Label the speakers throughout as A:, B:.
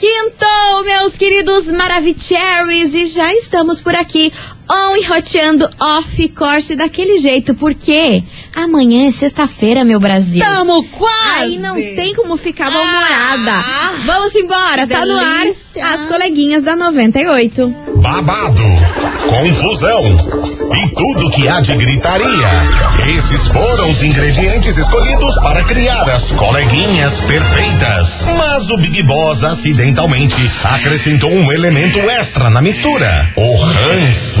A: então, queridos Maravicheries, e já estamos por aqui, on e roteando off corte daquele jeito, porque amanhã é sexta-feira, meu Brasil.
B: Tamo quase! Ah,
A: Aí não tem como ficar mal-humorada. Vamos embora, tá no
B: delícia.
A: ar as coleguinhas da 98.
C: babado, confusão e tudo que há de gritaria. Esses foram os ingredientes escolhidos para criar as coleguinhas perfeitas. Mas o Big Boss acidentalmente acrescentou um elemento extra na mistura: o ranço.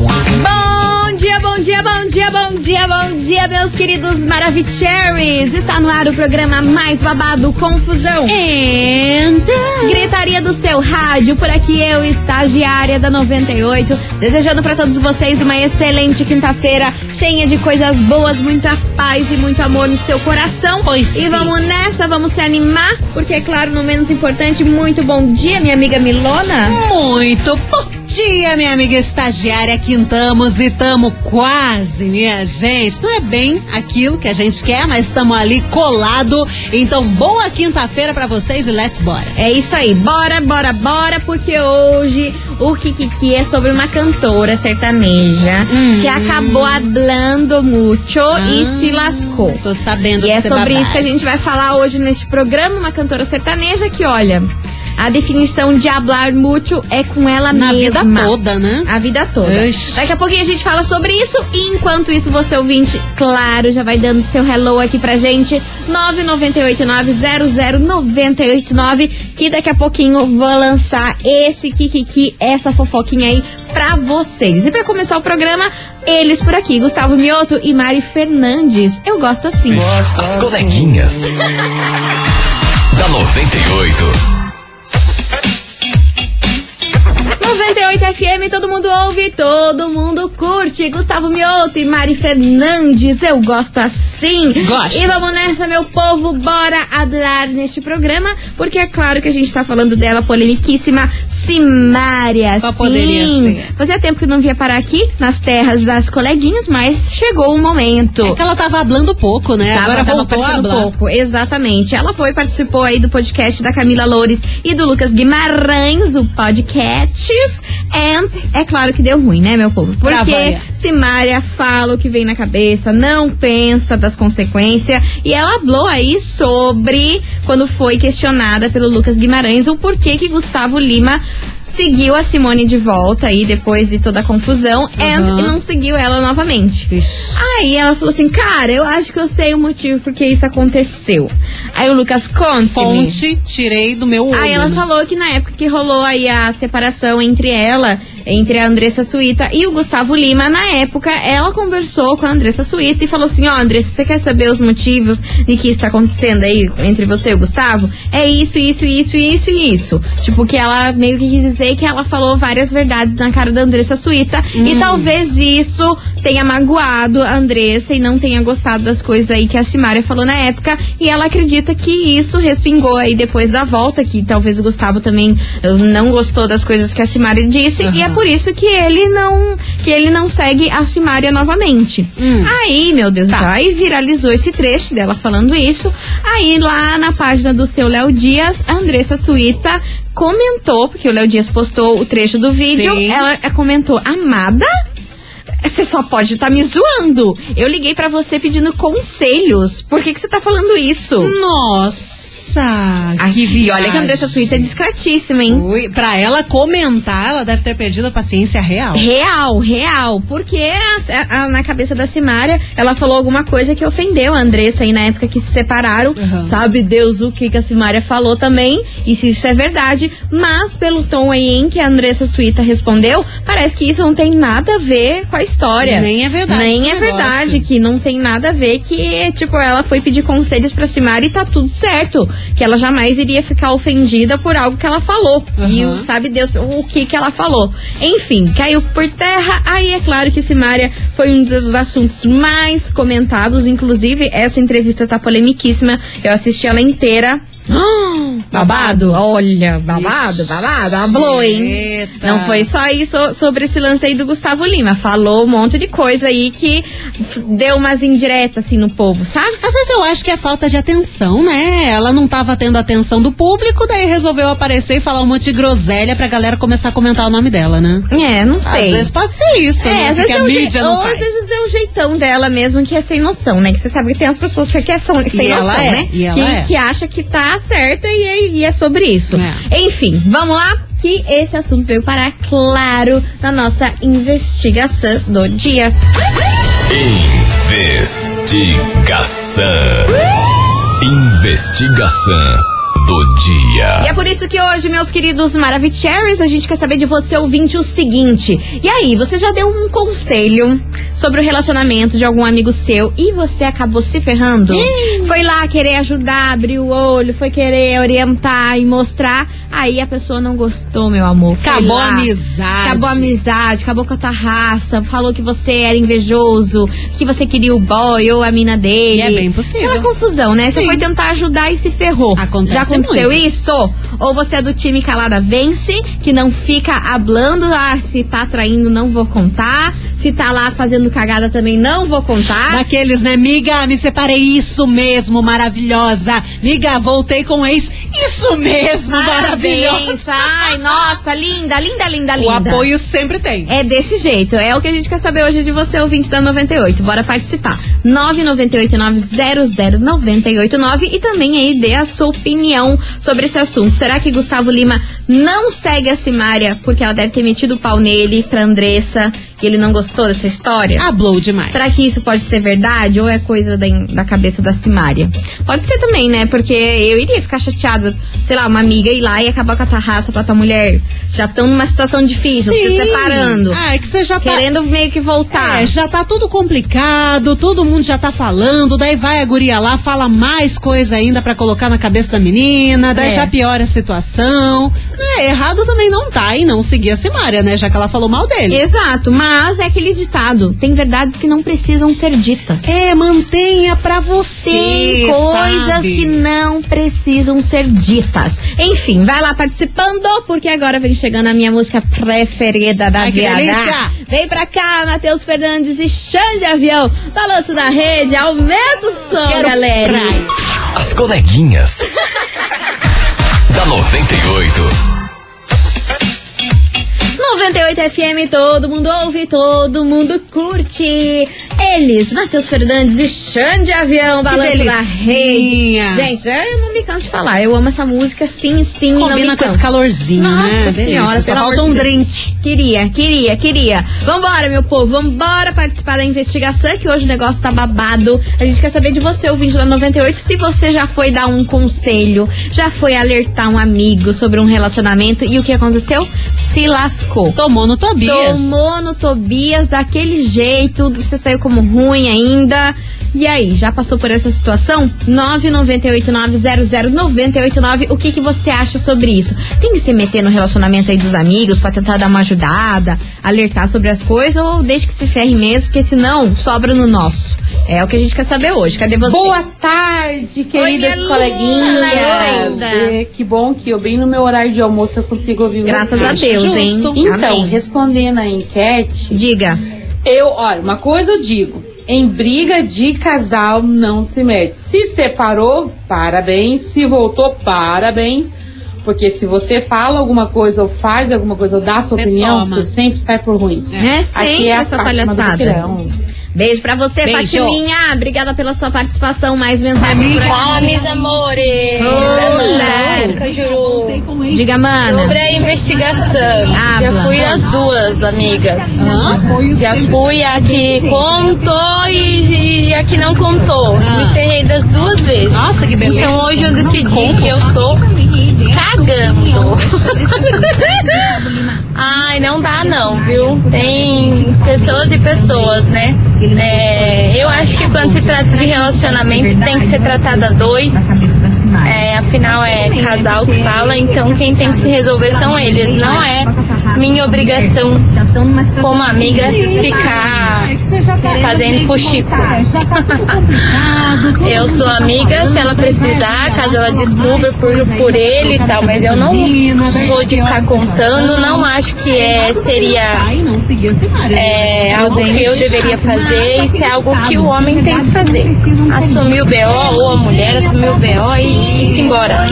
A: Bom dia, bom dia, bom dia, bom dia, bom dia, meus queridos Maravicheries. Está no ar o programa mais babado, Confusão.
B: And...
A: Gritaria do seu rádio, por aqui eu, estagiária da 98, desejando pra todos vocês uma excelente quinta-feira, cheia de coisas boas, muita paz e muito amor no seu coração.
B: Pois
A: e
B: sim.
A: vamos nessa, vamos se animar, porque é claro, no menos importante, muito bom dia, minha amiga Milona.
B: Muito bom dia, minha amiga estagiária. Quintamos e tamo quase, minha gente. Não é bem aquilo que a gente quer, mas estamos ali colado. Então, boa quinta-feira pra vocês e let's bora.
A: É isso aí, bora, bora, bora, porque hoje o Kikiki é sobre uma cantora sertaneja
B: Hum.
A: que acabou hablando muito e se lascou.
B: Tô sabendo
A: E
B: Ah. que
A: é
B: você
A: sobre
B: babás.
A: isso que a gente vai falar hoje neste programa, uma cantora sertaneja que, olha, a definição de hablar mútuo é com ela
B: Na
A: mesma.
B: vida toda, né?
A: A vida toda.
B: Ixi.
A: Daqui a pouquinho a gente fala sobre isso. E enquanto isso, você ouvinte, claro, já vai dando seu hello aqui pra gente. 998900989. Que daqui a pouquinho vou lançar esse Kikiki, essa fofoquinha aí pra vocês. E pra começar o programa, eles por aqui, Gustavo Mioto e Mari Fernandes. Eu gosto assim.
D: As coleguinhas. da 98.
A: 98 FM, todo mundo ouve, todo mundo curte. Gustavo Mioto e Mari Fernandes, eu gosto assim.
B: Gosto.
A: E vamos nessa, meu povo, bora hablar neste programa, porque é claro que a gente tá falando dela, polemiquíssima Simária.
B: Só
A: sim.
B: poderia ser.
A: Fazia tempo que não via parar aqui, nas terras das coleguinhas, mas chegou o momento.
B: É que ela tava hablando pouco, né?
A: Tava,
B: Agora
A: tava
B: voltou a
A: aparecendo
B: hablar.
A: pouco, exatamente. Ela foi, participou aí do podcast da Camila Loures e do Lucas Guimarães, o Podcasts. And é claro que deu ruim, né, meu povo? Porque
B: Trabalha.
A: Simária fala o que vem na cabeça, não pensa das consequências. E ela falou aí sobre quando foi questionada pelo Lucas Guimarães o porquê que Gustavo Lima seguiu a Simone de volta aí depois de toda a confusão and
B: Uhum.
A: e não seguiu ela novamente.
B: Ixi.
A: Aí ela falou assim, cara, eu acho que eu sei o motivo porque isso aconteceu. Aí o Lucas conte-me.
B: Fonte, tirei do meu olho.
A: Aí ela
B: né?
A: falou que na época que rolou aí a separação entre ela, entre a Andressa Suíta e o Gustavo Lima, na época ela conversou com a Andressa Suíta e falou assim: Ó, Andressa, você quer saber os motivos de que está acontecendo aí entre você e o Gustavo? É isso, isso, isso, isso e isso. Tipo, que ela meio que quis dizer que ela falou várias verdades na cara da Andressa Suíta e talvez isso tenha magoado a Andressa e não tenha gostado das coisas aí que a Simária falou na época. E ela acredita que isso respingou aí depois da volta, que talvez o Gustavo também eh, não gostou das coisas que a Simária disse. E é por isso que ele não que ele não segue a Simária novamente. Aí, meu Deus, do céu, aí viralizou esse trecho dela falando isso. Aí lá na página do seu Léo Dias, a Andressa Suíta comentou, porque o Léo Dias postou o trecho do vídeo,
B: Sim.
A: ela eh, comentou, amada? Você só pode estar me zoando. Eu liguei pra você pedindo conselhos. Por que que você tá falando isso?
B: Nossa,
A: Ai,
B: Hum, que viagem.
A: E olha que a Andressa Suíta é discretíssima, hein?
B: Ui, pra ela comentar, ela deve ter perdido a paciência real.
A: Real, real. Porque a- a- a- na cabeça da Simária, ela falou alguma coisa que ofendeu a Andressa aí na época que se separaram.
B: Uhum.
A: Sabe Deus o que, que a Simária falou também, e se isso é verdade. Mas pelo tom aí em que a Andressa Suíta respondeu, parece que isso não tem nada a ver com a história.
B: Nem é verdade esse
A: Nem
B: negócio.
A: é verdade, que não tem nada a ver, que, tipo, ela foi pedir conselhos pra Simária e tá tudo certo. Que ela jamais iria ficar ofendida por algo que ela falou. E
B: Uhum.
A: o sabe Deus o que que ela falou. Enfim, caiu por terra. Aí é claro que Simária foi um dos assuntos mais comentados. Inclusive, essa entrevista tá polemiquíssima. Eu assisti ela inteira. Babado? Olha, babado,
B: Ixi,
A: babado, hablou, hein?
B: eita.
A: Não foi só isso sobre esse lance aí do Gustavo Lima. Falou um monte de coisa aí que f- deu umas indiretas assim no povo, sabe?
B: Às vezes eu acho que é falta de atenção, né? Ela não tava tendo a atenção do público, daí resolveu aparecer e falar um monte de groselha pra galera começar a comentar o nome dela, né?
A: É, não sei.
B: Às vezes pode ser isso, né?
A: é, às
B: Porque
A: vezes é
B: a
A: um
B: mídia
A: je-
B: não
A: ou às
B: faz.
A: vezes é um jeitão dela mesmo que é sem noção, né? Que você sabe que tem as pessoas que é são- sem
B: ela
A: noção,
B: é,
A: né?
B: e ela
A: que,
B: é.
A: que acha que tá certa e é, e é sobre isso.
B: É.
A: Enfim, vamos lá que esse assunto veio parar, claro, na nossa investigação do dia.
D: Investigação. Investigação do
A: E
D: dia.
A: é por isso que hoje, meus queridos Maravicheries, a gente quer saber de você, ouvinte, o seguinte. E aí, você já deu um conselho sobre o relacionamento de algum amigo seu e você acabou se ferrando? Foi lá querer ajudar, abrir o olho, foi querer orientar e mostrar. Aí a pessoa não gostou, meu amor. Foi
B: Acabou
A: lá.
B: a amizade.
A: Acabou a amizade, acabou com a tua raça, falou que você era invejoso, que você queria o boy ou a mina dele.
B: E é bem possível.
A: Aquela confusão, né? Você
B: Sim.
A: foi tentar ajudar e se ferrou.
B: Acontece
A: Já aconteceu
B: muito.
A: isso? Ou você é do time calada vence, que não fica hablando, ah, se tá traindo não vou contar, se tá lá fazendo cagada também não vou contar.
B: Daqueles, né? Miga, me separei, isso mesmo, maravilhosa. Miga, voltei com o ex, isso mesmo, maravilhosa.
A: Parabéns, Ai, nossa, linda, linda, linda, linda.
B: O apoio sempre tem.
A: É desse jeito, é o que a gente quer saber hoje de você, ouvinte da 98. Bora participar. 998900989 e também aí dê a sua opinião sobre esse assunto. Será que Gustavo Lima não segue a Simária porque ela deve ter metido o pau nele pra Andressa e ele não gostou dessa história?
B: Ablou Ah, demais.
A: Será que isso pode ser verdade ou é coisa da, da cabeça da Simária? Pode ser também, né? Porque eu iria ficar chateada, sei lá, uma amiga ir lá e acabar com a tarraça pra tua mulher. Já estão numa situação difícil, se
B: Sim.
A: separando.
B: Ah, é que você já tá.
A: Querendo meio que voltar.
B: É, já tá tudo complicado, todo mundo já tá falando, daí vai a guria lá, fala mais coisa ainda pra colocar na cabeça da menina, daí
A: É.
B: já piora a situação. É, errado também não tá e não seguir a Simária, né? Já que ela falou mal dele.
A: Exato, mas é aquele ditado: tem verdades que não precisam ser ditas.
B: É, mantenha pra você.
A: Tem coisas
B: sabe?
A: que não precisam ser ditas. Enfim, vai lá participando, porque agora vem chegando a minha música preferida da
B: Ai, que
A: viada.
B: delícia!
A: Vem pra cá, Matheus Fernandes e Xande Avião. Balanço na rede, aumenta o som,
B: Quero
A: galera.
B: praia.
D: As coleguinhas. da 98.
A: 98 FM, todo mundo ouve, todo mundo curte. Eles, Matheus Fernandes e Xande Avião, balanço na rede.
B: delicinha.
A: Gente, eu não me canso de falar. Eu amo essa música, sim, sim. não me
B: Combina com esse
A: canso.
B: calorzinho,
A: Nossa
B: né?
A: senhora,
B: Delícia. Só
A: pelo
B: falta
A: amor
B: um
A: de Deus.
B: drink.
A: Queria, queria, queria. Vambora, meu povo, vambora participar da investigação, que hoje o negócio tá babado. A gente quer saber de você, ouvinte da 98, se você já foi dar um conselho, já foi alertar um amigo sobre um relacionamento e o que aconteceu? Se lascou.
B: Tomou no Tobias.
A: Tomou no Tobias daquele jeito, você saiu como ruim ainda. E aí, já passou por essa situação? 998900989, o que, que você acha sobre isso? Tem que se meter no relacionamento aí dos amigos pra tentar dar uma ajudada, alertar sobre as coisas ou deixa que se ferre mesmo, porque senão sobra no nosso. É o que a gente quer saber hoje. Cadê você?
E: Boa tarde, queridas
A: minha
E: coleguinhas.
A: linda.
E: É, Que bom que eu, bem no meu horário de almoço, eu consigo ouvir
A: Graças a
E: vocês.
A: Deus, hein?
B: Justo.
E: Então,
A: Amém.
E: respondendo a enquete,
A: Diga.
E: eu, olha, uma coisa eu digo: em briga de casal não se mete. Se separou, parabéns. Se voltou, parabéns. Porque se você fala alguma coisa, ou faz alguma coisa, ou dá sua
B: Você
E: opinião,
B: toma.
E: você sempre sai por ruim.
A: É, sempre
E: Aqui é a
A: essa
E: Fátima do
A: palhaçada.
E: Boqueirão.
A: Beijo pra você,
B: Beijo.
A: Fatiminha. Obrigada pela sua participação. Mais mensagem por aqui.
F: Fala, meus amores!
A: Olá.
F: Cajuru!
A: Diga, mana.
F: Sobre a investigação,
B: Ah,
A: Habla.
F: já fui as duas, amigas. Já fui a que contou e, e a que não contou. Me ferrei das duas vezes.
B: Ah. Nossa, que beleza.
F: Então hoje eu decidi que eu tô cagando. Ai, não dá não, viu? Tem pessoas e pessoas, né? É, eu acho que quando se trata de relacionamento tem que ser tratada a dois. É, afinal é casal que fala, então quem tem que se resolver são eles. Não é minha obrigação como amiga ficar
B: tá
F: fazendo fuxico. Eu sou amiga, se ela precisar, caso ela descubra por, por ele e tal, mas eu não vou de ficar contando, não acho que é, seria é, algo que eu deveria
B: tá
F: fazer, isso é algo que o homem tem que fazer. Assumir o BO, ou a mulher assumir o BO e, e se embora.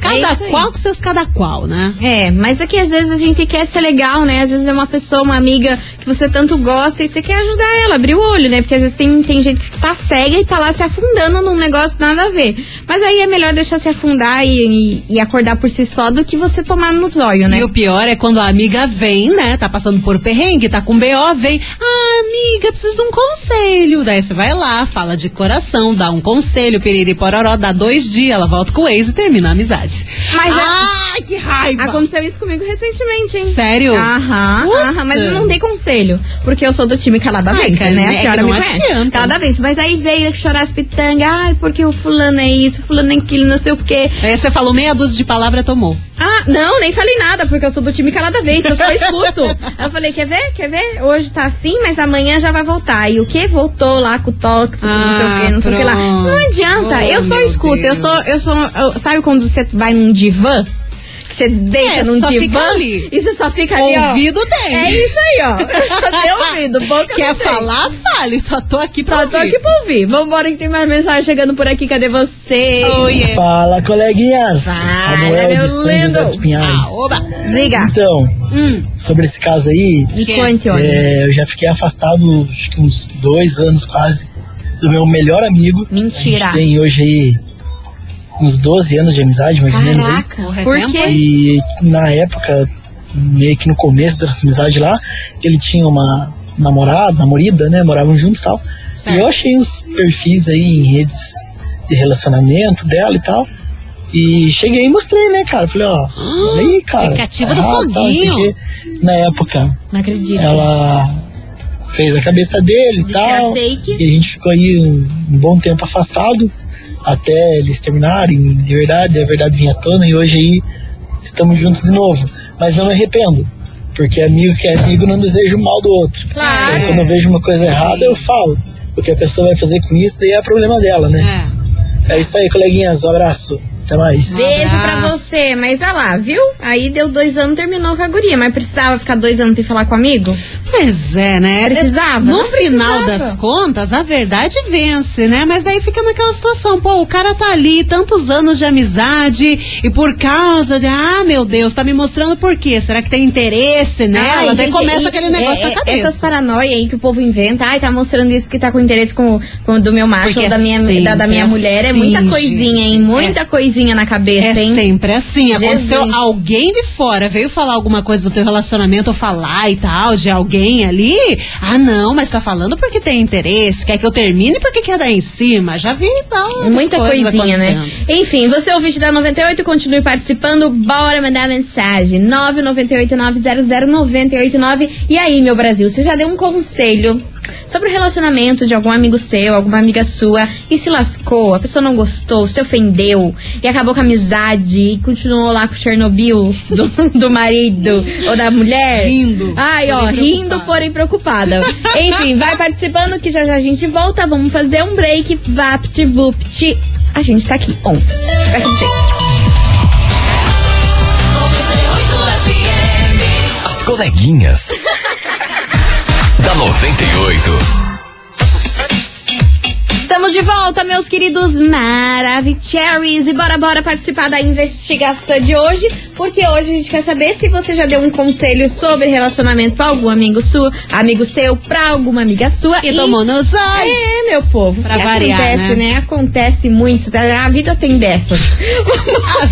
B: Cada
A: É isso aí.
B: qual com seus cada qual, né?
A: É, mas é que às vezes a gente quer ser legal, né? Às vezes é uma pessoa, uma amiga que você tanto gosta e você quer ajudar ela, abrir o olho, né? Porque às vezes tem, tem gente que tá cega e tá lá se afundando num negócio nada a ver. Mas aí é melhor deixar se afundar e, e- e acordar por si só do que você tomar no zóio, né?
B: E o pior é quando a amiga vem, né? Tá passando por perrengue, tá com BO, vem. Ah, amiga, preciso de um conselho. Daí você vai lá, fala de coração, dá um conselho, piriri pororó, dá dois dias, ela volta com o ex e termina a amizade.
A: Mas
B: ah, que raiva!
A: Aconteceu isso comigo recentemente, hein?
B: Sério?
A: Aham,
B: Puta.
A: aham, mas eu não dei conselho. Porque eu sou do time calada
B: Ai,
A: vez,
B: cara,
A: né?
B: é
A: A
B: que
A: senhora
B: não
A: me conhece.
B: adianta.
A: Calada vez. Mas aí veio chorar as pitangas. Ai, porque o fulano é isso, o fulano é aquilo, não sei o quê.
B: Aí você falou meia dúzia de palavra, tomou.
A: Ah, não, nem falei nada, porque eu sou do time calada vez, eu só escuto. Aí eu falei, quer ver? Quer ver? Hoje tá assim, mas amanhã já vai voltar. E o que? Voltou lá com o tóxico, não sei o que, não sei o que lá.
B: Ah, pronto.
A: Não adianta,
B: Oh,
A: eu só
B: meu
A: escuto, eu
B: Deus.
A: sou, eu sou. eu- sabe quando você vai num divã? Que você deita
B: É,
A: num
B: só
A: divã
B: fica ali.
A: e você só fica ali, ó.
B: Ouvido tem.
A: É isso aí, ó. Eu só tenho ouvido, boca
B: Quer
A: não tem.
B: falar? Fale, só tô aqui pra
A: Só tô
B: ouvir.
A: aqui pra ouvir. Vambora que tem mais mensagem chegando por aqui, cadê você?
B: Oiê.
G: Fala, coleguinhas!
A: Fala,
G: Samuel
A: meu
G: de São José
A: lindo.
G: dos Pinhais.
B: Ah, oba.
A: Diga,
G: Então,
A: Hum.
G: sobre esse caso aí,
A: me
B: Que-
A: conte, olha.
G: é, eu já fiquei afastado acho que uns dois anos quase do meu melhor amigo.
A: Mentira.
G: A gente tem hoje aí uns 12 anos de amizade, mais ou menos aí.
A: Caraca,
B: Porra,
A: por
B: tempo,
A: quê?
G: E na época, meio que no começo dessa amizade lá, ele tinha uma namorada, namorida, né? Moravam juntos e tal. E eu achei os perfis aí em redes de relacionamento dela e tal. E cheguei e mostrei, né, cara? Falei, ó, olha aí, cara. Ah,
B: Ah, aplicativo do
G: tal, não sei o
B: foguinho.
G: quê. Na época,
A: Não acredito.
G: ela fez a cabeça dele e tal.
A: fake.
G: E a gente ficou aí um, um bom tempo afastado, até eles terminarem de verdade, a verdade vinha à tona, e hoje aí estamos juntos de novo. Mas não me arrependo, porque amigo que é amigo não deseja o mal do outro.
A: Claro.
G: Então quando eu vejo uma coisa errada, eu falo. O que a pessoa vai fazer com isso, daí é problema dela, né?
B: É.
G: É isso aí, coleguinhas. Um abraço. Até mais.
A: Beijo pra
B: abraço.
A: você, mas olha lá, viu? Aí deu dois anos, terminou com a guria, mas precisava ficar dois anos sem falar com amigo?
B: Pois é, né?
A: Precisava?
B: No
A: Não
B: final
A: precisava.
B: das contas, a verdade vence, né? Mas daí fica naquela situação, pô, o cara tá ali, tantos anos de amizade, e por causa de, ah, meu Deus, tá me mostrando por quê? Será que tem interesse nela?
A: Ai,
B: daí
A: gente,
B: Né, começa
A: e-
B: aquele negócio
A: é,
B: na
A: é,
B: cabeça.
A: Essas paranoias aí que o povo inventa, ai, tá mostrando isso porque tá com interesse com, com o do meu macho
B: Porque
A: ou da
B: é
A: minha, da, da minha
B: sempre
A: mulher, é
B: assim,
A: muita coisinha, hein?
B: gente.
A: Muita coisinha na
B: É
A: cabeça, hein?
B: sempre assim. Aconteceu
A: Jesus.
B: alguém de fora, veio falar alguma coisa do teu relacionamento, ou falar e tal, de alguém ali. Ah, não, mas tá falando porque tem interesse, quer que eu termine porque quer dar em cima. Já vi então, tal.
A: É Muita coisinha, né? Enfim, você é ouvinte da 98, continue participando. Bora mandar mensagem. 998-900-989. E aí, meu Brasil, você já deu um conselho sobre o relacionamento de algum amigo seu, alguma amiga sua, e se lascou, a pessoa não gostou, se ofendeu, e acabou com a amizade, e continuou lá com o Chernobyl do, do marido ou da mulher?
B: Rindo,
A: Ai, ó,
B: porém
A: rindo,
B: preocupada.
A: porém preocupada. Enfim, vai participando que já já a gente volta. Vamos fazer um break. Vapt, vupt. A gente tá aqui on. Vai acontecer.
D: As coleguinhas. da 98.
A: Estamos de volta, meus queridos Maravicheries. E bora, bora participar da investigação de hoje. Porque hoje a gente quer saber se você já deu um conselho sobre relacionamento pra algum amigo seu, amigo seu, pra alguma amiga sua.
B: E tomou no zóio.
A: É, meu povo.
B: Pra
A: que
B: variar,
A: acontece, né? Acontece muito. tá? A vida tem dessas.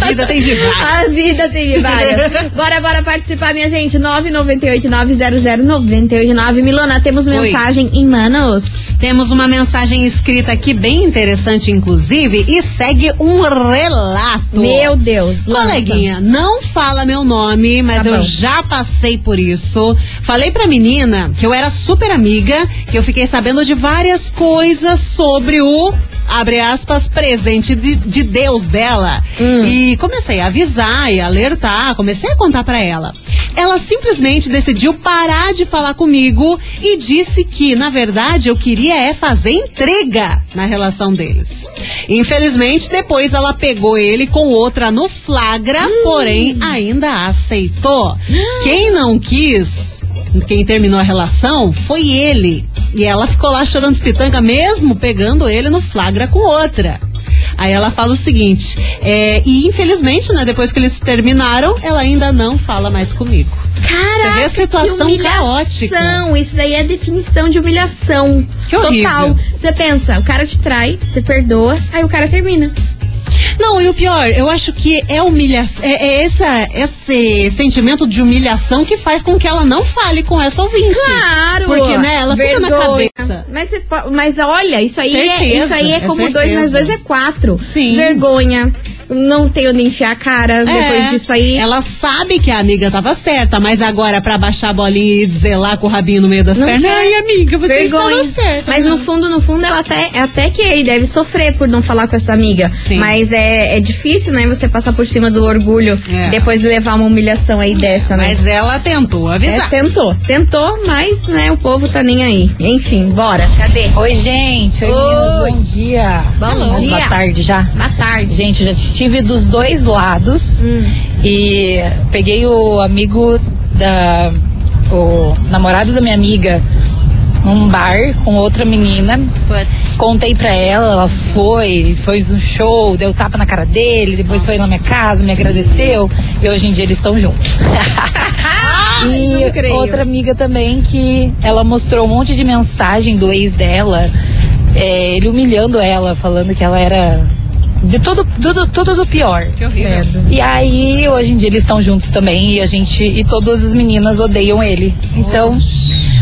B: A vida tem de várias.
A: A vida tem várias. Bora, bora participar, minha gente. 998-900-989. Milona, temos
B: Oi.
A: mensagem em Manos.
B: Temos uma mensagem escrita aqui, bem interessante, inclusive, e segue um relato.
A: Meu Deus. lança.
B: Coleguinha, não fala meu nome, mas
A: Tá
B: eu
A: bom.
B: já passei por isso. Falei pra menina que eu era super amiga, que eu fiquei sabendo de várias coisas sobre o abre aspas, presente de, de Deus dela.
A: Hum.
B: E comecei a avisar e alertar, comecei a contar pra ela. Ela simplesmente decidiu parar de falar comigo e disse que, na verdade, eu queria é fazer entrega na relação deles. Infelizmente, depois ela pegou ele com outra no flagra, porém ainda aceitou. Quem não quis, quem terminou a relação, foi ele. E ela ficou lá chorando espitanga, mesmo pegando ele no flagra com outra. Aí ela fala o seguinte, é, e infelizmente, né, depois que eles terminaram, ela ainda não fala mais comigo.
A: Caraca,
B: Você vê a situação
A: que humilhação.
B: caótica.
A: Isso daí é a definição de humilhação.
B: Que horrível.
A: Total. Você pensa, o cara te trai, você perdoa, aí o cara termina.
B: Não, e o pior, eu acho que é humilhação, é, é essa- esse sentimento de humilhação que faz com que ela não fale com essa ouvinte.
A: Claro!
B: Porque, né, ela fica
A: Vergonha.
B: na cabeça.
A: Mas, você po- mas olha, isso aí é,
B: Certeza,
A: isso aí é
B: é
A: como
B: certeza.
A: dois mais dois é quatro.
E: Sim.
A: Vergonha. Não tem onde enfiar a cara depois
B: É.
A: disso aí.
B: Ela sabe que a amiga tava certa, mas agora pra baixar a bolinha e dizer lá com o rabinho no meio das
A: Não
B: pernas.
A: quer.
B: Ai, amiga, você
A: vergonha.
B: estava certa.
A: Mas no fundo, no fundo, ela até, é até que ele deve sofrer por não falar com essa amiga.
B: Sim.
A: Mas é, é difícil, né? Você passar por cima do orgulho
B: É.
A: depois de levar uma humilhação aí dessa, né?
B: Mas ela tentou
A: É,
B: avisar.
A: tentou, tentou, mas né, o povo tá nem aí. Enfim, bora. Cadê?
H: Oi, gente. Oi, meninas.
A: Oi.
H: Bom dia.
A: Bom
H: Alô.
A: dia.
H: Boa tarde já.
A: Boa tarde.
H: Gente, eu já estive dos dois lados. E peguei o amigo da. O namorado da minha amiga num bar com outra menina. Contei pra ela, ela foi, foi no show, deu tapa na cara dele, depois foi na minha casa, me agradeceu. E hoje em dia eles estão juntos.
A: não
H: e
A: creio.
H: outra amiga também que ela mostrou um monte de mensagem do ex dela, é, ele humilhando ela, falando que ela era de tudo, tudo, tudo do pior.
B: Que horrível.
H: E aí, hoje em dia eles estão juntos também e a gente e todas as meninas odeiam ele. Então,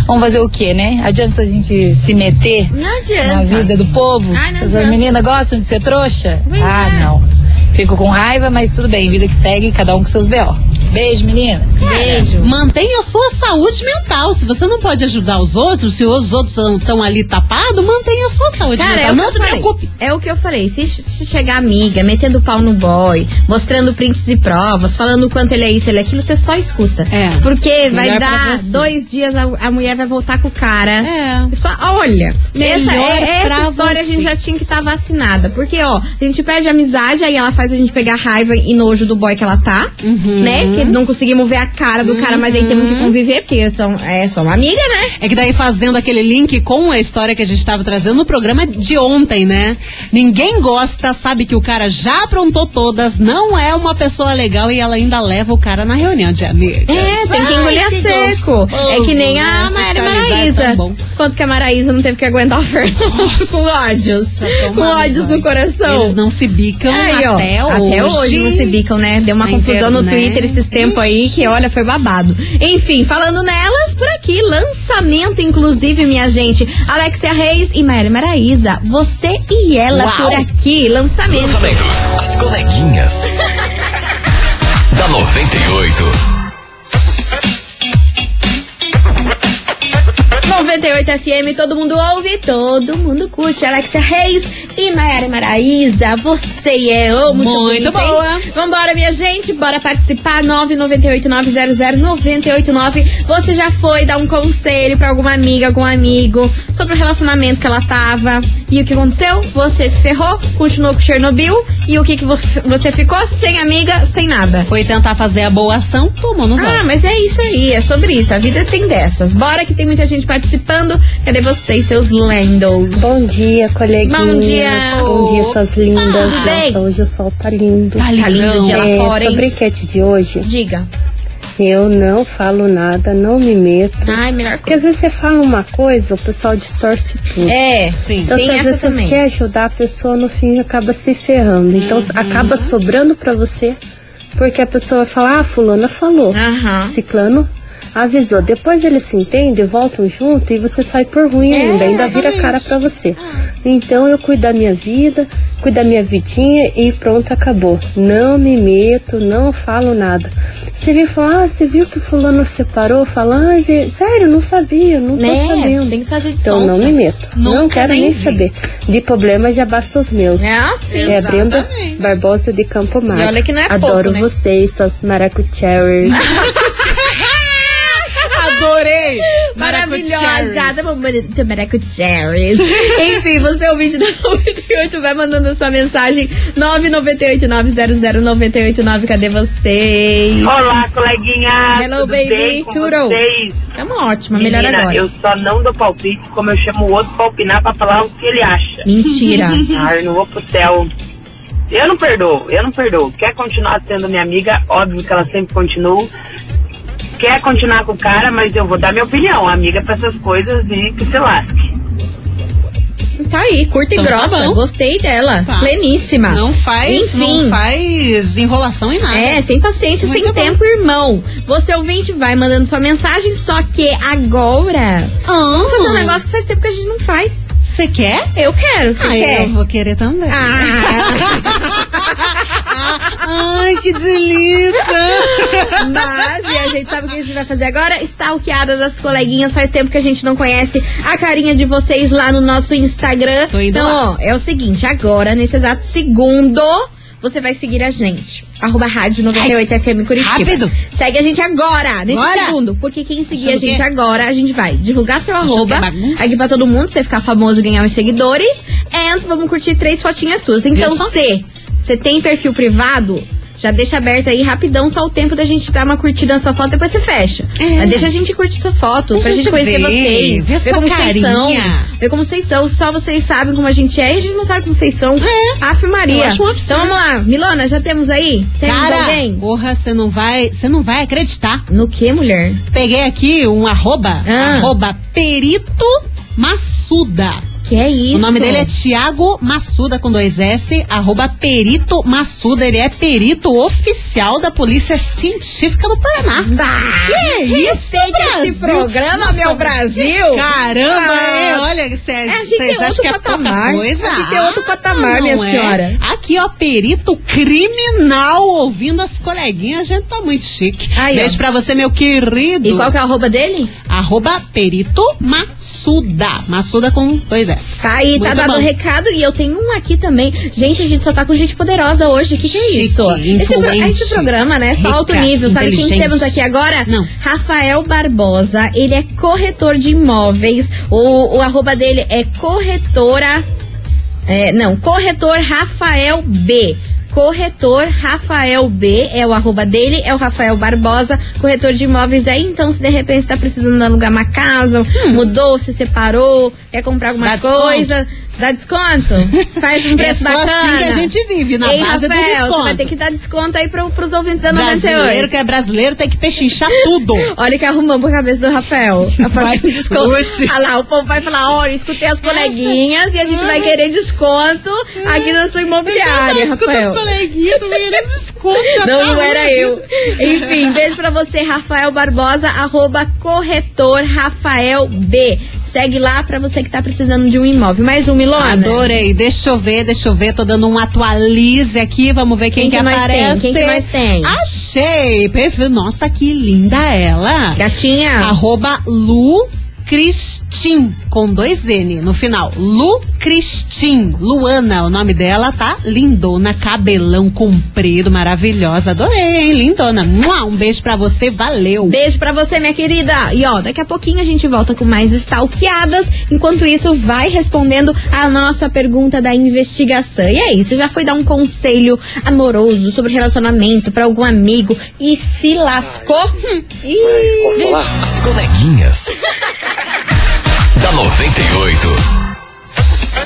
H: vamos fazer o quê, né? Adianta a gente se meter
A: Não
H: na
A: adianta.
H: vida do povo?
A: Ai, não
H: Essas
A: adianta.
H: meninas gostam de ser trouxa?
A: Pois
H: ah,
A: é.
H: não. Fico com raiva, mas tudo bem, vida que segue, cada um com seus BO. Beijo, meninas.
A: Beijo.
B: Mantenha a sua saúde mental. Se você não pode ajudar os outros, se os outros estão ali tapados, mantenha a sua saúde tá
A: Cara,
B: mental.
A: é o, que
B: Não
A: eu
B: se
A: falei.
B: preocupe.
A: é o que eu falei. Se, se chegar amiga, metendo pau no boy, mostrando prints e provas, falando o quanto ele é isso, ele é aquilo, você só escuta.
B: É.
A: Porque vai
B: Melhor pra
A: dar
B: você.
A: dois dias, a, a mulher vai voltar com o cara.
B: É.
A: Só, olha, essa,
B: Melhor
A: é- essa
B: pra
A: história a gente
B: você.
A: já tinha que estar vacinada. Porque, ó, a gente perde a amizade, aí ela faz a gente pegar raiva e nojo do boy que ela tá,
B: Uhum.
A: né? Que não conseguimos ver a cara do cara, mas aí temos que conviver, porque é só, é só uma amiga, né?
B: É que daí fazendo aquele link com a história que a gente estava trazendo no programa é de ontem, né? Ninguém gosta, sabe que o cara já aprontou todas, não é uma pessoa legal e ela ainda leva o cara na reunião de amigas.
A: É, tem que engolir a
B: Ai, que
A: seco.
B: gostoso,
A: é que nem
B: né?
A: a Maíra
B: Socializar é
A: Maraísa.
B: tão bom.
A: Quanto que a Maraísa não teve que aguentar o Fernando com ódios. Com
B: tomara,
A: ódios
B: vai.
A: no coração.
B: Eles não se bicam
A: Então. Aí, ó,
B: até, hoje.
A: até hoje não se bicam, né? Deu uma
B: Na
A: confusão no
B: internet.
A: Twitter esses tempos aí que, olha, foi babado. Enfim, falando nelas, por aqui, lançamento, inclusive, minha gente. Alexia Reis e Maíra Maraísa, você e ela
B: Uau.
A: por aqui, lançamento.
D: Lançamentos. As coleguinhas. da 98.
A: 98 FM, todo mundo ouve, todo mundo curte. Alexia Reis e Maiara Maraíza, você é o muito,
B: Muito
A: bonita, hein?
B: boa.
A: Vambora, minha gente, bora participar. 998900989. Você já foi dar um conselho pra alguma amiga, algum amigo sobre o relacionamento que ela tava. E o que aconteceu? Você se ferrou, continuou com Chernobyl. E o que, que vo- você ficou? Sem amiga, sem nada.
B: Foi tentar fazer a boa ação, tomou nos
A: Ah,
B: olhos.
A: mas é isso aí, é sobre isso. A vida tem dessas. Bora que tem muita gente participando. Cadê vocês, seus lendos?
I: Bom dia, coleguinhas.
A: Bom dia.
I: Bom dia, suas lindas.
A: Bem.
I: Nossa, hoje o sol tá lindo.
B: Tá
A: Tá lindo
B: lindão.
A: dia lá
I: É,
A: fora, hein?
I: sobre a enquete de hoje,
A: Diga.
I: eu não falo nada, não me meto.
A: Ai, melhor
I: Porque às
A: coisa.
I: vezes você fala uma coisa, o pessoal distorce tudo.
A: É,
B: Sim.
I: Então,
A: tem
I: se às
A: essa
I: vezes você
A: também. Uhum.
I: quer ajudar a pessoa, no fim acaba se ferrando. Então, acaba sobrando pra você, porque a pessoa fala, ah, fulana falou,
A: Aham.
I: ciclano avisou. Depois eles se entendem, voltam junto e você sai por ruim
A: É,
I: ainda, ainda vira cara pra você.
A: Ah.
I: Então eu cuido da minha vida, cuido da minha vidinha e pronto, acabou. Não me meto, não falo nada. Você vem falar, ah, você viu que fulano separou? Fala, "Ai, Gê, sério, não sabia, não tô
A: Né?
I: sabendo.
A: Tem que fazer de
I: Então não
A: sonsa.
I: me meto. não
B: Nunca
I: quero
B: nem
I: nem,
B: vi.
I: saber. De problemas já basta os meus.
A: Nossa,
I: É a Brenda
B: exatamente.
I: Barbosa de Campo Mar.
A: Ah, E olha que não é pouco,
I: Adoro
A: né?
I: vocês, suas maracucherries.
B: Adorei!
A: Maravilhosa, Tá muito maracucherries. Enfim, você é o vídeo da 98, vai mandando a sua mensagem 998-900-989, cadê vocês?
J: Olá, coleguinha.
A: Hello,
J: tudo
A: baby,
J: bem com
A: tudo?
J: vocês?
A: Tamo ótima, melhor
J: Menina,
A: agora.
J: Eu só não dou palpite, como eu chamo o outro pra opinar pra falar o que ele acha.
A: Mentira.
J: Ah, eu não vou pro céu. Eu não perdoo, eu não perdoo. Quer continuar sendo minha amiga? Óbvio que ela sempre continua. Quer continuar com o cara, mas eu vou dar minha opinião. Amiga pra essas coisas e que se lasque.
A: tá aí, curta e
B: Então tá
A: grossa.
B: bom.
A: Gostei dela.
B: Tá.
A: Pleníssima.
B: Não faz,
A: Enfim.
B: não faz enrolação em nada.
A: É, sem paciência,
B: Muito
A: sem
B: Ah, tá bom.
A: tempo, irmão. Você ouvinte vai mandando sua mensagem, só que agora. Vamos fazer um negócio que faz tempo que a gente não faz.
B: Ah, Você quer?
A: Eu quero, você
B: Ah,
A: quer?
B: eu vou querer também.
A: é? Ah,
B: Ai, que delícia!
A: mas e a gente sabe o que a gente vai fazer agora? Stalkeada das coleguinhas. Faz tempo que a gente não conhece a carinha de vocês lá no nosso Instagram.
B: Tô indo
A: então,
B: lá.
A: ó, é o seguinte, agora, nesse exato segundo, você vai seguir a gente. Arroba Rádio 98 FM Curitiba.
B: rápido.
A: Segue a gente agora, nesse
B: Agora.
A: segundo. Porque quem seguir
B: Achando
A: a gente
B: que é-
A: agora, a gente vai divulgar seu arroba
B: que é bagunça?
A: aqui pra todo mundo, você ficar famoso e ganhar uns seguidores. And vamos curtir três fotinhas suas. Então,
B: Viu só?
A: você, você tem perfil privado? Já deixa aberto aí rapidão, só o tempo da gente dar uma curtida na sua foto, depois você fecha.
B: É.
A: Mas deixa a gente curtir sua foto,
B: Deixa
A: pra
B: a
A: gente
B: gente
A: conhecer
B: ver,
A: vocês.
B: ver a sua
A: como vocês
B: carinha.
A: são. Ver como vocês são. Só vocês sabem como a gente é e a gente não sabe como vocês são.
B: É.
A: Aff, Maria.
B: Eu acho um absurdo.
A: então vamos lá. Milona, já temos aí? Temos
B: Cara,
A: alguém?
B: porra, você não vai, você não vai acreditar.
A: No que, mulher?
B: Peguei aqui um arroba,
A: Ah.
B: arroba perito massuda.
A: Que é isso?
B: O nome dele é Tiago Massuda com dois S, arroba perito Massuda. Ele é perito oficial da Polícia Científica do Paraná.
A: Ah,
B: Que isso,
A: respeita esse
B: Brasil?
A: programa,
B: Nossa,
A: meu Brasil!
B: Caramba,
A: Ah.
B: é, olha,
A: A gente
B: vocês
A: tem
B: acham
A: outro
B: que é
A: patamar.
B: pouca coisa?
A: A gente tem outro patamar,
B: Ah,
A: minha
B: não é.
A: senhora.
B: Aqui, ó, perito criminal ouvindo as coleguinhas. A gente tá muito chique.
A: Aí,
B: Beijo
A: ó.
B: pra você, meu querido.
A: E qual que é a arroba dele?
B: Arroba perito Massuda. Massuda com dois S.
A: Tá aí, tá
B: Muito
A: dado o
B: bom.
A: recado e eu tenho um aqui também. Gente, a gente só tá com gente poderosa hoje. O que, que é
B: Chique,
A: isso? Esse, pro-
B: influente,
A: esse programa, né? Só
B: rica,
A: alto nível. Sabe quem
B: inteligente.
A: temos aqui agora?
B: Não.
A: Rafael Barbosa. Ele é corretor de imóveis. O, o arroba dele é corretora. É, não, corretor Rafael B. Corretor Rafael B é o arroba dele, é o Rafael Barbosa, corretor de imóveis. Aí então, se de repente você tá precisando alugar uma casa, mudou, se separou, quer comprar alguma
B: Hum. Dá desconto.
A: coisa, dá desconto? Faz um preço
B: é só
A: bacana.
B: assim que a gente vive, na
A: Ei,
B: base
A: Rafael,
B: do desconto.
A: Você vai ter que dar desconto aí pro, pros ouvintes da 98.
B: Brasileiro que é brasileiro tem que pechinchar tudo.
A: Olha que arrumamos a cabeça do Rafael.
B: Vai,
A: Vai, desconto.
B: Ruth.
A: Ah lá, o povo vai falar, olha, escutei as coleguinhas e a gente vai querer desconto aqui na sua imobiliária,
B: Escuta as
A: Rafael.
B: coleguinhas, não era desconto. já
A: Não,
B: tá
A: não era
B: ruim.
A: eu. Enfim, beijo pra você, Rafael Barbosa, arroba corretor Rafael B. Segue lá pra você que tá precisando de um imóvel. Mais um, Milona?
B: Adorei. Deixa eu ver, deixa eu ver. Tô dando um atualize aqui. Vamos ver quem,
A: Quem que nós tem?
B: aparece.
A: Quem que nós tem?
B: Achei. Perfil. Nossa, que linda ela.
A: Gatinha?
B: Arroba Lu Cristin, com dois N no final. Lu Cristin, Luana, o nome dela, tá? Lindona, cabelão comprido, maravilhosa. Adorei, hein? Lindona. Mua, Um beijo pra você, valeu.
A: Beijo pra você, minha querida. E ó, daqui a pouquinho a gente volta com mais stalkeadas. Enquanto isso, vai respondendo a nossa pergunta da investigação. E aí, você já foi dar um conselho amoroso sobre relacionamento pra algum amigo e se lascou? Hum. Ih, beijo.
D: As coleguinhas. da 98.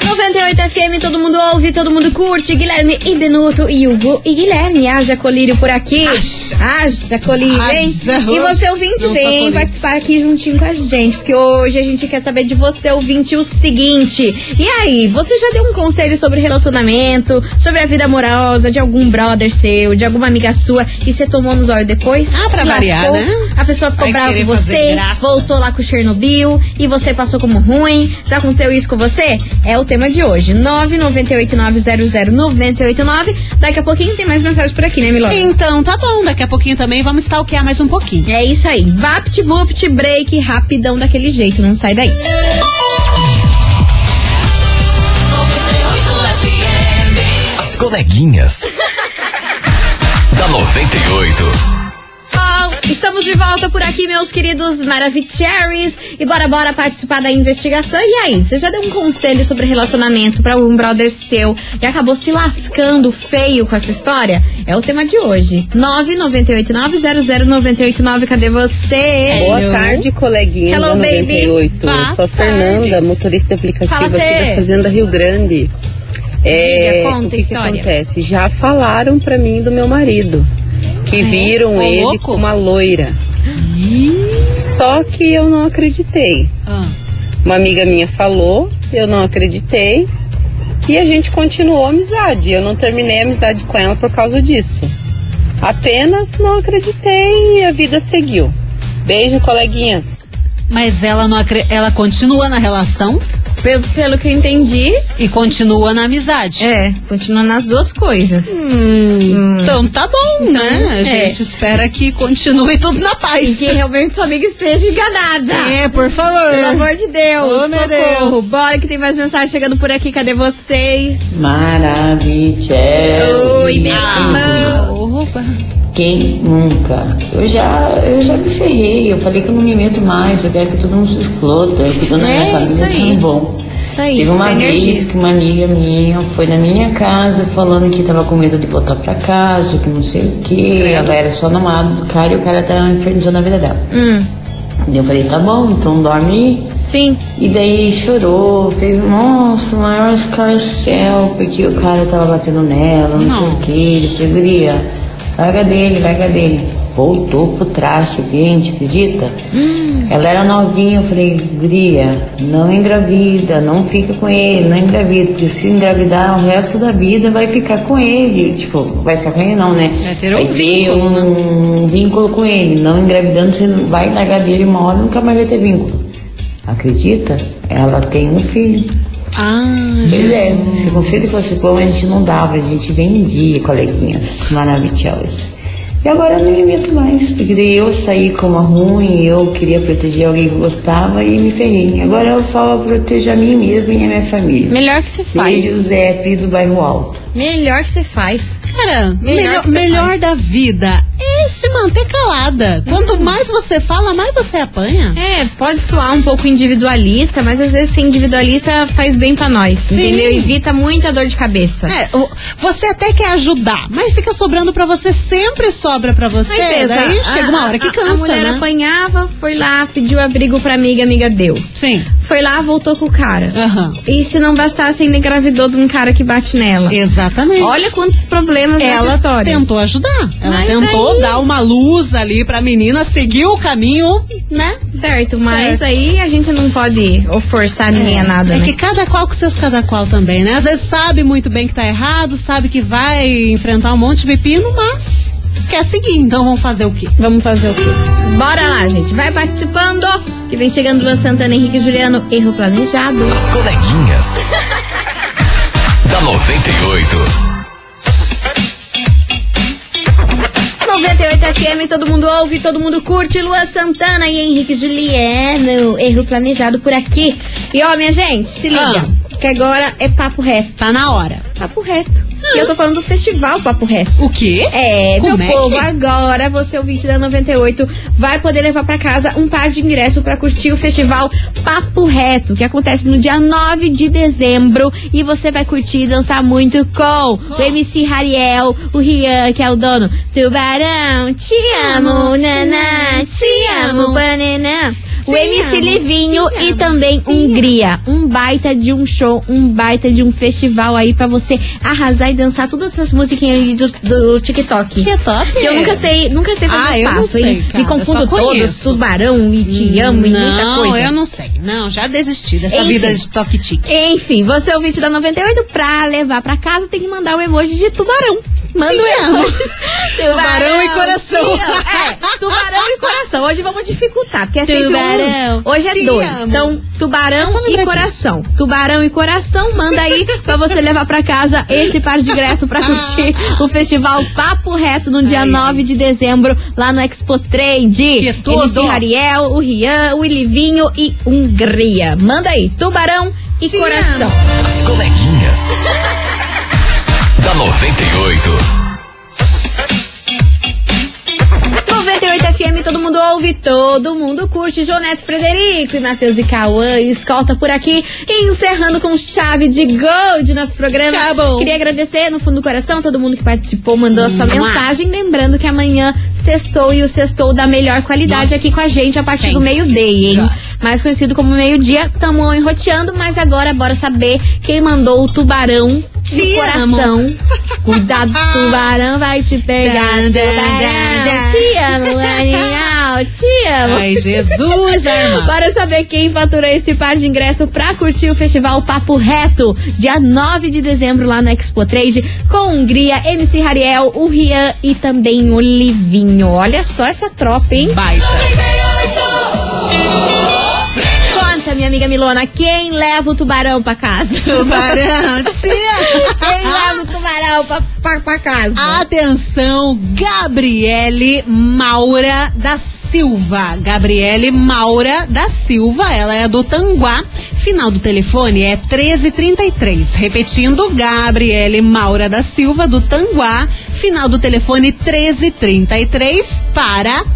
A: 98 FM, todo mundo ouve, todo mundo curte. Guilherme e Benuto e Hugo e Guilherme. Haja colírio por aqui. Haja colírio, hein?
B: Haja.
A: E você ouvinte,
B: Não só
A: vem
B: colírio.
A: participar aqui juntinho com a gente. Porque hoje a gente quer saber de você, ouvinte, o seguinte. E aí, você já deu um conselho sobre relacionamento, sobre a vida amorosa de algum brother seu, de alguma amiga sua, e você tomou no zóio depois?
B: Ah, pra
A: Se
B: variar,
A: lascou,
B: né?
A: A pessoa ficou
B: Vai
A: brava com
B: querer fazer
A: você,
B: graça.
A: voltou lá com Chernobyl e você passou como ruim. Já aconteceu isso com você? É o tema de hoje. 998900989. Daqui a pouquinho tem mais mensagem por aqui, né, Milona?
B: Então, tá bom. Daqui a pouquinho também vamos stalkear mais um pouquinho.
A: É isso aí. Vapt vupt break rapidão daquele jeito, não sai daí.
D: As coleguinhas. da 98.
A: Pessoal, Estamos de volta por aqui, meus queridos Maravicheries. E bora, bora participar da investigação. E aí, você já deu um conselho sobre relacionamento pra um brother seu e acabou se lascando feio com essa história? É o tema de hoje. 998900989. Cadê você?
F: Boa tarde, coleguinha
A: Hello,
F: da
A: baby.
F: 98.
A: Boa
F: Eu sou a Fernanda, motorista aplicativo
A: Fala,
F: aqui
A: Fê.
F: da Fazenda Rio Grande.
A: Diga,
F: É,
A: conta
F: o que
A: a
F: que
A: história.
F: acontece? Já falaram pra mim do meu marido, que viram
B: É? Ô,
F: ele
B: louco.
F: com uma loira. Só que eu não acreditei.
B: Ah.
F: Uma amiga minha falou, eu não acreditei. E a gente continuou a amizade. Eu não terminei a amizade com ela por causa disso. Apenas não acreditei e a vida seguiu. Beijo, coleguinhas.
B: Mas ela não acre- ela continua na relação
A: Pelo, pelo que eu entendi,
B: e continua na amizade.
A: é, continua nas duas coisas.
B: Hum, Então tá bom, né? A
A: é.
B: gente espera que continue tudo na
A: E
B: paz.
A: que realmente sua amiga esteja enganada.
B: É, por favor.
A: Pelo amor de Deus,
B: Oh, meu
A: socorro.
B: Deus.
A: Bora que tem mais mensagem chegando por aqui. Cadê vocês?
K: Maravilha! Ah.
A: Oi, meu amor.
K: Quem nunca? Eu já, eu já me ferrei, eu falei que eu não me meto mais, eu quero que todo mundo se explota, eu cuido da
A: É,
K: minha
A: isso
K: família,
A: aí.
K: tudo bom.
A: Isso aí,
K: Teve uma
A: sem
K: vez
A: energia.
K: que uma amiga minha foi na minha casa falando que tava com medo de voltar pra casa, que não sei o que, ela era só namorada do cara e o cara tava infernizando a vida dela.
A: Hum,
K: E eu falei, tá bom, então dorme
A: sim.
K: E daí chorou, fez, nossa, o maior escarcel, porque o cara tava batendo
A: um
K: nela, não, sei o que, ele falou, guria, larga dele, larga dele. Voltou pro traste, gente, acredita? Ela era novinha, eu falei, guria, não engravida, não fica com ele, não engravida, porque se engravidar o resto da vida vai ficar com ele. Tipo, vai ficar com ele não, né?
B: Vai ter um
K: vai ter um, vínculo com ele. Não engravidando, você não vai largar dele uma hora e nunca mais vai ter vínculo. Acredita? Ela tem um filho.
B: Ah,
K: Beleza. Se com filho fosse bom, a gente não dava, a gente vendia, coleguinhas maravilhosas. E agora eu não me meto mais, porque daí eu saí como a ruim, eu queria proteger alguém que eu gostava e me ferrei. Agora eu só protejo a mim mesma e a minha família.
A: Melhor que você
K: Beijo,
A: faz.
K: Zé, Pri do bairro Alto.
A: Melhor que você faz.
B: Cara,
A: Melhor
B: melhor,
A: que você
B: melhor
A: faz.
B: da vida é se manter calada. Quanto mais você fala, mais você apanha.
A: É, pode soar um pouco individualista, mas às vezes ser individualista faz bem pra nós, entendeu? Evita muita dor de cabeça.
B: É, o- você até quer ajudar, mas fica sobrando pra você, sempre sobra pra você.
A: Aí pensa,
B: daí chega uma
A: a-
B: hora
A: a-
B: que
A: A,
B: cansa,
A: mulher
B: né?
A: apanhava, foi lá, pediu abrigo pra amiga, amiga deu.
B: Sim.
A: Foi lá, voltou com o cara.
B: Aham.
A: E se não bastasse, ainda engravidou de um cara que bate nela.
B: Exatamente.
A: Olha quantos problemas nessa
B: ela um
A: história.
B: tentou ajudar. Ela
A: Mas
B: tentou
A: aí-
B: dar uma luz ali pra menina seguir o caminho, né?
A: Certo, mas
B: Certo.
A: aí a gente não pode ou forçar ninguém a nada,
B: É
A: né?
B: que cada qual com seus cada qual também, né? Às vezes sabe muito bem que tá errado, sabe que vai enfrentar um monte de pepino, mas quer seguir, então vamos fazer o quê?
A: Vamos fazer o quê? Bora lá, gente. Vai participando. Que vem chegando Luan Santana, Henrique e Juliano. Erro planejado.
D: As coleguinhas. da 98.
A: 98 FM, todo mundo ouve, todo mundo curte. Luan Santana e Henrique e Juliano. Erro planejado por aqui. E ó, minha gente, se liga.
B: Ah.
A: Que agora é papo reto.
B: Tá na hora.
A: Papo reto. E eu tô falando do festival Papo Reto.
B: O quê?
A: É,
B: Como
A: meu
B: é
A: povo,
B: que-
A: agora você, ouvinte da 98, vai poder levar pra casa um par de ingresso pra curtir o festival Papo Reto, que acontece no dia 9 de dezembro. E você vai curtir e dançar muito com o MC Hariel, o Rian, que é o dono. Tubarão, te amo, naná, te amo, banana. o MC Livinho e também Hungria. Um baita de um show, um baita de um festival aí pra você arrasar e dançar todas essas musiquinhas aí do, do TikTok.
B: Que é top!
A: Que eu nunca sei, nunca sei fazer
B: Ah, eu não
A: espaço.
B: sei,
A: hein?
B: cara,
A: Me
B: eu só
A: confundo todos,
B: conheço.
A: tubarão e te amo e muita coisa.
B: Não, eu não sei. Não, já desisti dessa
A: Enfim.
B: vida de toque-tique.
A: Enfim, você é ouvinte da 98, pra levar pra casa tem que mandar o emoji de tubarão. Manda
B: Te
A: o emoji.
B: Tubarão e coração.
A: te amo. É, tubarão e coração. Hoje vamos dificultar, porque é sempre
B: Tubarão,
A: um. Hoje é
B: te
A: dois.
B: amo. É
A: Então,
B: só
A: tubarão
B: lembrar
A: e coração. Tubarão e coração, manda aí pra você levar pra casa esse par de ingresso pra curtir
B: Ah.
A: o festival Papo Reto no dia 9 de dezembro, lá no Expo Trade.
B: Que é tudo.
A: Elis e Ariel, o Rian, o Ilivinho e Hungria. Manda aí, tubarão e
B: Te
A: coração.
D: As coleguinhas. da 98.
A: 98 FM, todo mundo ouve, todo mundo curte. Joneto Frederico e Matheus e Cauã escolta por aqui. E encerrando com chave de gold nosso programa.
B: Acabou.
A: Queria agradecer no fundo do coração todo mundo que participou, mandou a sua
B: Mua.
A: mensagem. Lembrando que amanhã sextou e o sextou da melhor qualidade
B: Nossa.
A: aqui com a gente a partir do
B: Thanks.
A: meio-dia, hein?
B: Tá.
A: Mais conhecido como meio-dia. Tamo enroteando, mas agora bora saber quem mandou o tubarão
B: Te
A: no
B: amo.
A: coração. Cuidado, tubarão vai te pegar.
B: Dan, dan, dan, dan.
A: Tubarão, te amo, animal, te amo.
B: Ai, Jesus, arma.
A: Bora saber quem faturou esse par de ingresso pra curtir o festival Papo Reto, dia 9 de dezembro lá no Expo Trade, com Hungria, MC Rariel, o Rian e também o Livinho. Olha só essa tropa, hein?
B: Baita.
A: Conta, minha amiga Milona, quem leva o tubarão pra casa?
B: Tubarão, tia.
A: Quem leva o tubarão pra, pra, pra casa?
B: Atenção, Gabriele Maura da Silva. Gabriele Maura da Silva, ela é do Tanguá. Final do telefone é 1333. Repetindo, Gabriele Maura da Silva, do Tanguá. Final do telefone 1333. Parabéns.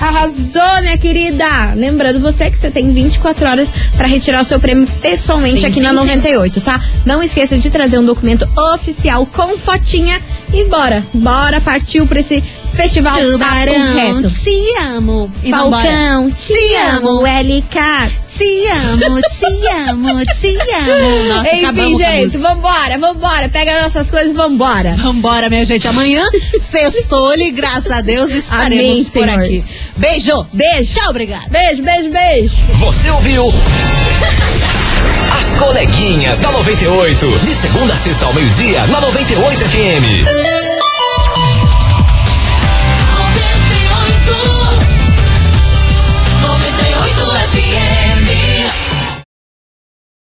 A: Arrasou, minha querida! Lembrando você que você tem 24 horas pra retirar o seu prêmio pessoalmente
B: Sim,
A: aqui
B: sim,
A: na
B: sim.
A: 98, tá? Não esqueça de trazer um documento oficial com fotinha e bora! Bora, partiu pra esse festival Papo
B: Tubarão,
A: Reto.
B: te amo. E vambora.
A: Falcão, te,
B: Te é.
A: amo, LK.
B: Te amo, te amo, te amo. Nossa,
A: Enfim,
B: acabamos com a música.
A: gente, vambora, vambora. Pega nossas coisas e vambora.
B: Vambora, minha gente. Amanhã, sextole, graças a Deus, estaremos
A: Amém,
B: por
A: Senhor.
B: aqui. Beijo.
A: Beijo.
B: Tchau, obrigada.
A: Beijo, beijo, beijo.
D: Você ouviu? As coleguinhas da 98. De segunda a sexta ao meio-dia, na 98 FM.
L: 98.